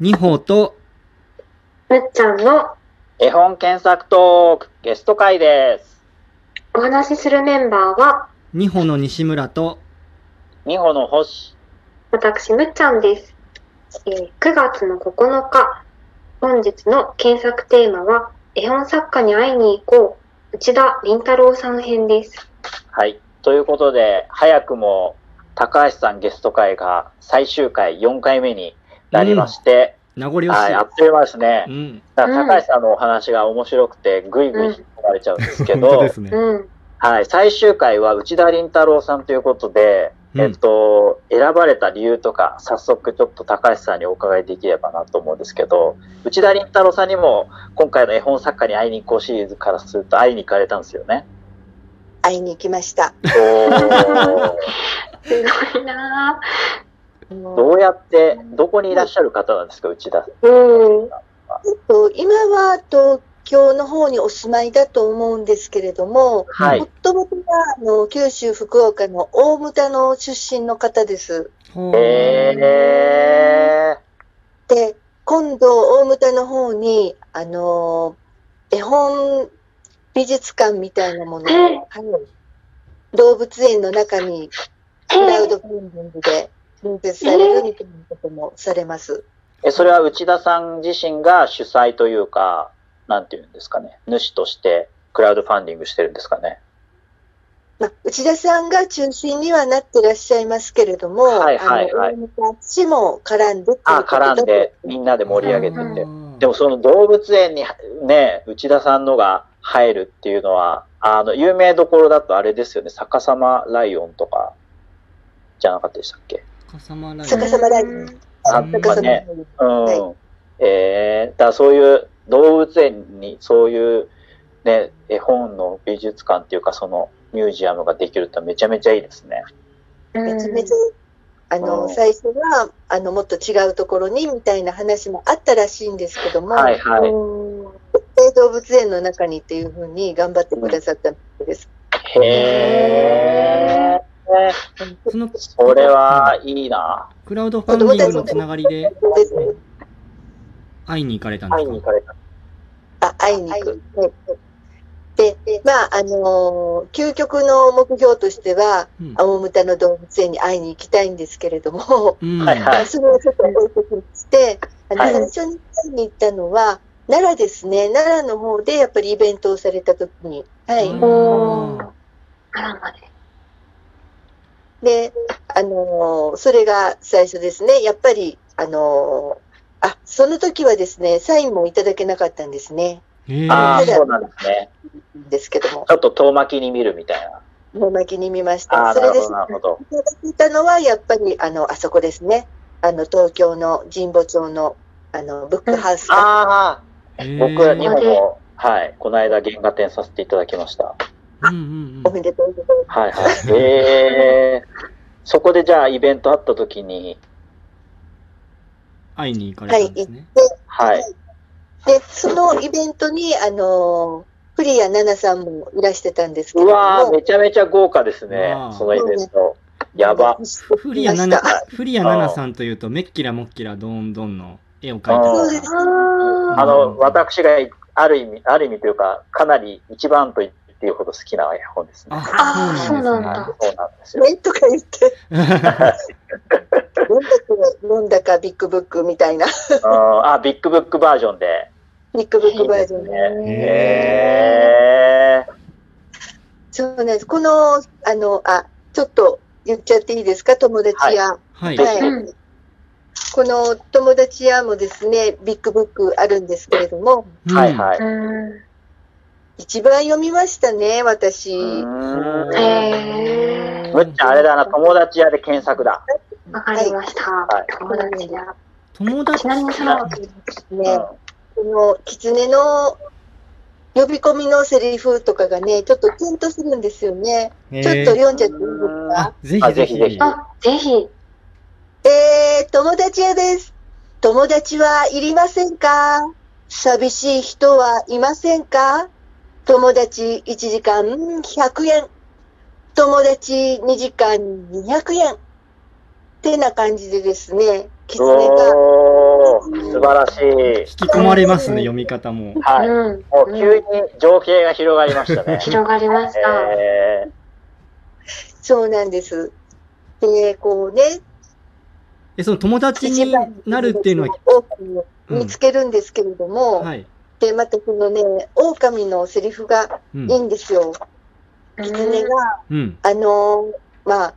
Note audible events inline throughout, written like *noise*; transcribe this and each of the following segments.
二歩と、むっちゃんの絵本検索トークゲスト会です。お話しするメンバーは、二歩の西村と、美穂の星。私、むっちゃんです。えー9月の9日、本日の検索テーマは、絵本作家に会いに行こう、内田林太郎さん編です。はい。ということで、早くも高橋さんゲスト会が最終回4回目になりまして、名残惜しい。はい、あっという間ですねう。ん。だから高橋さんのお話が面白くて、ぐいぐい引っ張られちゃうんですけ本ど、当ですね。うん。はい、最終回は内田林太郎さんということで、うんえっと、選ばれた理由とか、早速ちょっと高橋さんにお伺いできればなと思うんですけど、内田林太郎さんにも、今回の絵本作家に会いに行こうシリーズからすると会いに行かれたんですよね。会いに行きました。すごいなもどうやって、どこにいらっしゃる方なんですか、内田。ぁ。うん。うと今は東京の方にお住まいだと思うんですけれども、はもい。ともとはあの九州、福岡の大牟田の出身の方です。ほうえで、今度、大牟田の方に、あのー絵本美術館みたいなものを、えはい動物園の中にクラウドファンディングで建設されるみたいなこともされます。ー、えそれは内田さん自身が主催というか、なんていうんですかね、主としてクラウドファンディングしてるんですかね。まあ、内田さんが中心にはなってらっしゃいますけれども、はいはいはいあの大牟田市も絡んでっていうことあだと絡んで、みんなで盛り上げてあて。ーでもその動物園にね、内田さんのが入るっていうのは、あの、有名どころだとあれですよね、逆さまライオンとか、じゃなかったでしたっけ逆さまライ逆さまライオンなん逆かさまラねイ、オンうん。はいえー、だからそういう動物園にそういうね、絵本の美術館っていうかそのミュージアムができるってめちゃめちゃいいですね。めちゃめちゃゃ、あうんの、最初は、あの、もっと違うところにみたいな話もあったらしいんですけども、はいはい。動物園の中にっていうふうに頑張ってくださったんです。へー。そのそれはいいな。クラウドファンディングのつながりでですね会いに行かれたんで会いすに行かかれた。あ、会いに行く。はいで、まあ、あのー究極の目標としては、うん青牟田の動物園に会いに行きたいんですけれども、うん。はいはまあそれをちょっと置いてくにして、あのはい最初に会いに行ったのは、奈良ですね。奈良の方でやっぱりイベントをされた時に、はい。うんおー。あらまで。で、あのーそれが最初ですね。やっぱり、あのーあ、その時はですね、サインもいただけなかったんですね。へーああ、そうなんですね。ですけども、ちょっと遠巻きに見るみたいな。もう巻きに見ましあた。あ、そなれるでほすど、ねなるほど。いただいたのは、やっぱり、あの、あそこですね。あの、東京の神保町の、あの、ブックハウスかああ、へー僕らにもも、はい、この間原画展させていただきました。うんうんおめでとうございます。はい *laughs* はい。ええそこでじゃあイベントあった時に、会いに行かれたんですね。はい。で、そのイベントに、あのー、古谷奈々さんもいらしてたんですけれうども。わー、めちゃめちゃ豪華ですねわー、そのイベント。やば。フリアナナ、フリアナナさんというと、めっきらもっきらどんどんの絵を描いてそうです。あああ。の、私がある意味、ある意味というか、かなり一番と言っていいほど好きな絵本ですね。あ、あーそうなそうなんんはだいそうなんですよ。ねとか言って、ですね。なんだか、なんだかビッグブックみたいな、 *laughs* うんあ、ビッグブックバージョンで。ビッグブックバージョンいいですねへへえ。そうなんです。この、あの、あ、ちょっと言っちゃっていいですか、友達や。 *laughs* はい。はいうん。この友達やもですね、ビッグブックあるんですけれども、うんはいはい。う一番読みましたね、私。うーん。ーんへー。むっちゃんあれだな、友達屋で検索だ。わかりましたはい。友達だ。友ち達なみにその、うねん、この狐の呼び込みのセリフとかがね、ちょっとキュンとするんですよね。ちょっとえー読んじゃっていいですかあ、ぜひぜひ。あぜひぜひあ、ぜひ。えー、友達屋です。友達はいりませんか寂しい人はいませんか友達1時間100円。友達2時間200円。ってな感じでですね、狐がおーす晴らしい。引き込まれますね、読み方も。はい。うん。もう急に情景が広がりましたね。広がりました。えそうなんです。で、こうね、え、その友達になるっていうのは、狼をうん見つけるんですけれども、はい。で、またこのね、狼のセリフがういいん。んですよ。狐が、うん。あのーまあ、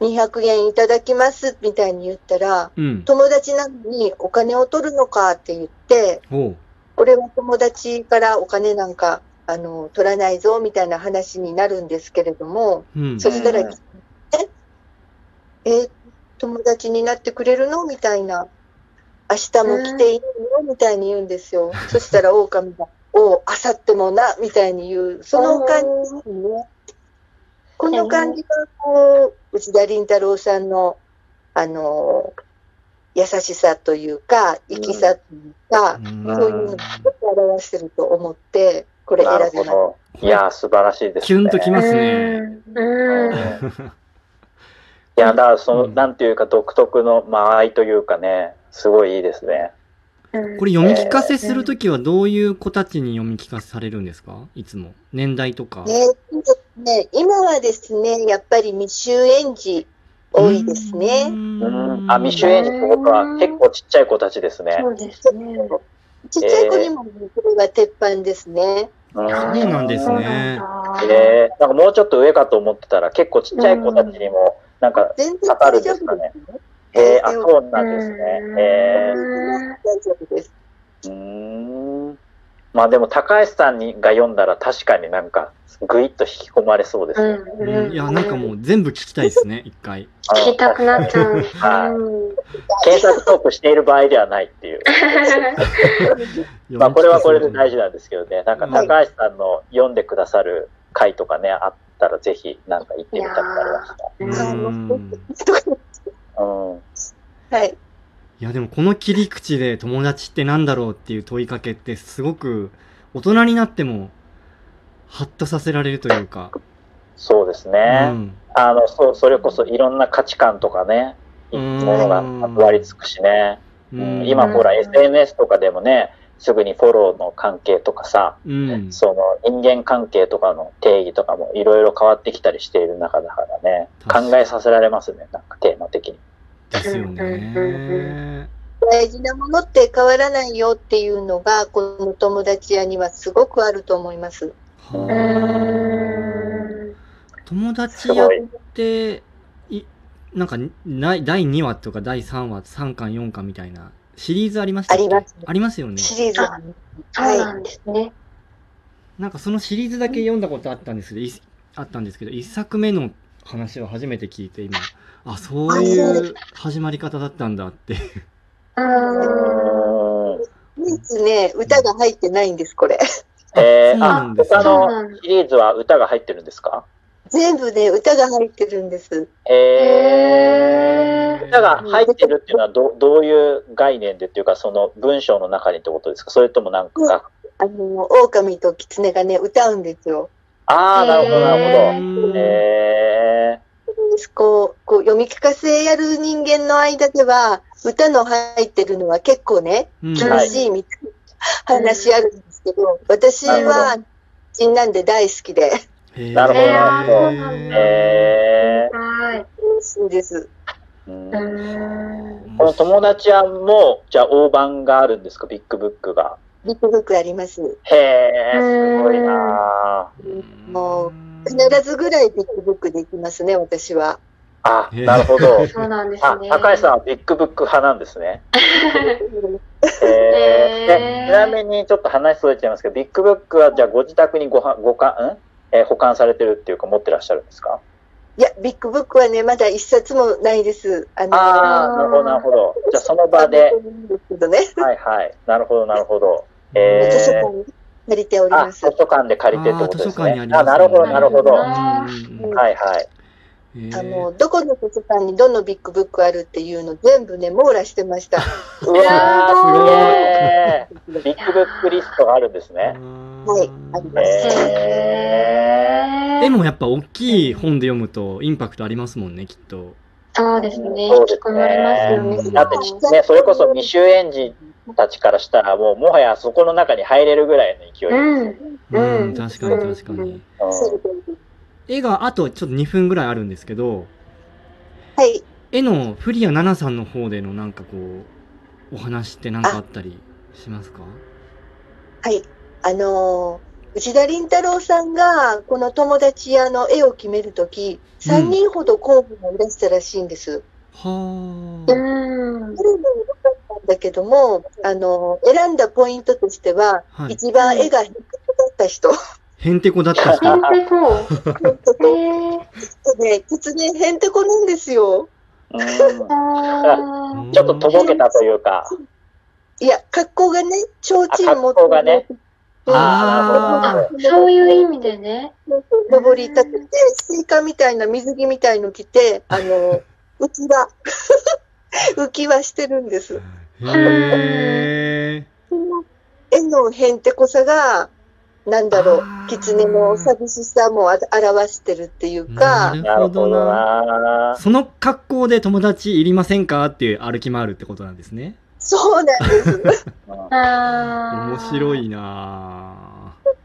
200円いただきますみたいに言ったら、うん。友達なのにお金を取るのかって言って、おう。俺は友達からお金なんか、あの、取らないぞみたいな話になるんですけれども、うん。そしたら、うんねえ、友達になってくれるのみたいな、明日も来ていいのみたいに言うんです *laughs* よ。そしたら、狼が、おう、あさってもな、みたいに言う、その感じですね。この感じが、こう、内田林太郎さんの、あの、優しさというか、生きさというか、うんそういうのを表してると思って、こーれ選なるびほました。ど。いやー、素晴らしいですね。キュンときますね。うん。うん。いや、だからその、うんなんていうか独特の間合いというかね、すごいいいですね。これ読み聞かせするときはどういう子たちに読み聞かせされるんですかいつも。年代とか。ねね、今はですね、やっぱり未就園児多いですうね。ーうんん。あ、未就園児ってことは結構ちっちゃい子たちですね。そうですね。ちっちゃい子にもこれは鉄板ですね。うそんうなんですねえー、なんかもうちょっと上かと思ってたら、結構ちっちゃい子たちにも、なんか、全然わかる大んで丈夫ですすかねね。えー、あ、そうなんですね。えー、大丈夫です。 *laughs* うーんまあでも高橋さんにが読んだら確かになんかぐいっと引き込まれそうですね。うんいや、なんかもう全部聞きたいですね、一回。聞きたくなっちゃう。はいうん検索トークしている場合ではないっ *laughs* ていう。まあこれはこれで大事なんですけどね。なんか高橋さんの読んでくださる回とかね、あったらぜひなんか行ってみたくなりましう事ーんた。うん。はい。いや、でもこの切り口で友達ってなんだろうっていう問いかけってすごく大人になってもハッとさせられるというか。そうですうね。ん。あの、そう、それこそいろんな価値観とかね、うもんのがまとわりつくしね。ううんん今ほらうん SNS とかでもね、すぐにフォローの関係とかさ、うん。その人間関係とかの定義とかもいろいろ変わってきたりしている中だからね、確かに考えさせられますね、なんかテーマ的に。ですよね。大事なものって変わらないよっていうのが、この友達屋にはすごくあると思います。うんはあ。友達やって、いなんかない第2話とか第3話、3巻、4巻みたいなシリーズありましたっけありますありますよね。シリーズはね。そうなんですね。なんかそのシリーズだけ読んだことあったんですけど、いあったんですけど、一作目の話を初めて聞いて今、あ、そういう始まり方だったんだって。うん。うーん唯一ね、歌が入ってないんです、これ。えそうー、なあ、んです他よ。のシリーズは歌が入ってるんですか全部ね、歌が入ってるんです。えへーー、歌が入ってるっていうのはどどういう概念でっていうか、その文章の中にってことですかそれともなんうんか、あの、狼と狐がね、歌うんですよ。ああ、なるほど、なうるほんど。えこう、こう読み聞かせやる人間の間では、歌の入ってるのは結構ね、うん厳はいしいみたいな話あるんですけど、私なは、人なんで大好きで、へーなるほどなるほどへー、ーえはい。そうです。ー、うんうん。この友達はもう、じゃあ、大判があるんですかビッグブックが。ビッグブックあります。へえ、すごいなぁもう必ずぐらいビッグブックできますね、*laughs* 私は。あ、へえなるほ *laughs* ど。そうなんですあね。、高橋さんはビッグブック派なんですね。へへええでちなみにちょっと話それちゃいますけど、ビッグブックはじゃあご自宅にごはごかん、えー保管されてるっていうか持ってらっしゃるんですかいや、ビッグブックはね、まだ一冊もないです。あの、ああ、なるほど、なるほど。じゃあその場で、ですけどね、はいはい。なるほど、なるほど。図え書館に借りておりあ、ま図す。あ書館で借りてってことですあー図書館ねにあ。りまあ、すねなるほど、なるほど。はうんうんうんいはい。へーの、どこの図書館にどのビッグブックあるっていうの全部ね、網羅してました。うわすごいー、すげえ。ビッグブックリストがあるんですね。はいありますへえーでもやっぱ大きい本で読むとインパクトありますもんね、きっと。そうですね。そう引できすね込まれますよね。うんだってね、それこそ未就園児たちからしたら、もうもはやそこの中に入れるぐらいの勢いうん。うんうん、確かに確かに。ですそよ。うです絵があとちょっと2分ぐらいあるんですけど、はい。絵のフリアナナさんの方でのなんかこう、お話って何かあったりしますかはい。あのー内田林太郎さんが、この友達屋の絵を決めるとき、3人ほど候補もいらしたらしいんです。はあ。うん。それでもよかったんだけども、あのー選んだポイントとしては、はい。一番絵が下手だった人。へんてこだった人。先生と、 *laughs* えー、ね、狐へんてこなんですよ。うんあちょっととぼけたというか、いや、格好がね、提灯持ってあ格好がねあーそういう意味でね。登り立てて、スイカみたいな水着みたいの着て、あの、浮き輪、 *laughs* 浮き輪してるんです。へえ。絵のへんてこさが、なんだろうあー、狐の寂しさもあ表してるっていうななか、るるほほどどな。な。その格好で友達いりませんかっていう歩き回るってことなんですね。そうなんです。あ面白。いな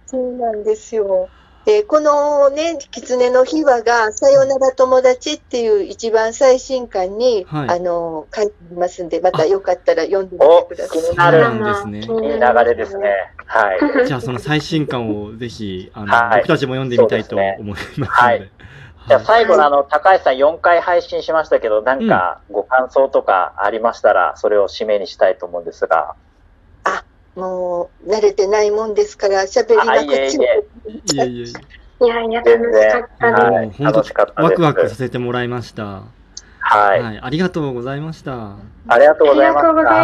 ぁそうなんですよ。で、このね、狐の秘話が、さよなら友達っていう一番最新刊に、はいあの、書いてありますんで、またよかったら読んでみお、てく気ださい。になそうなる。んですいい流れですね。。はい。じゃあその最新刊をぜひ、あの、はい僕たちも読んでみたいとそうですね思いますので。はいじゃあは最後のあの、高橋さん4回配信しましたけど、なんかご感想とかありましたら、それを締めにしたいと思うんですが。もう、慣れてないもんですから、喋りあ、がいえ口いえ。い。いやいやいやいやいや、楽しかったです。もはいう本当楽しかったでワすクワクさせてもらいました。はい。はい。ありがとうございました。ありがとうございまありがとうございましたした。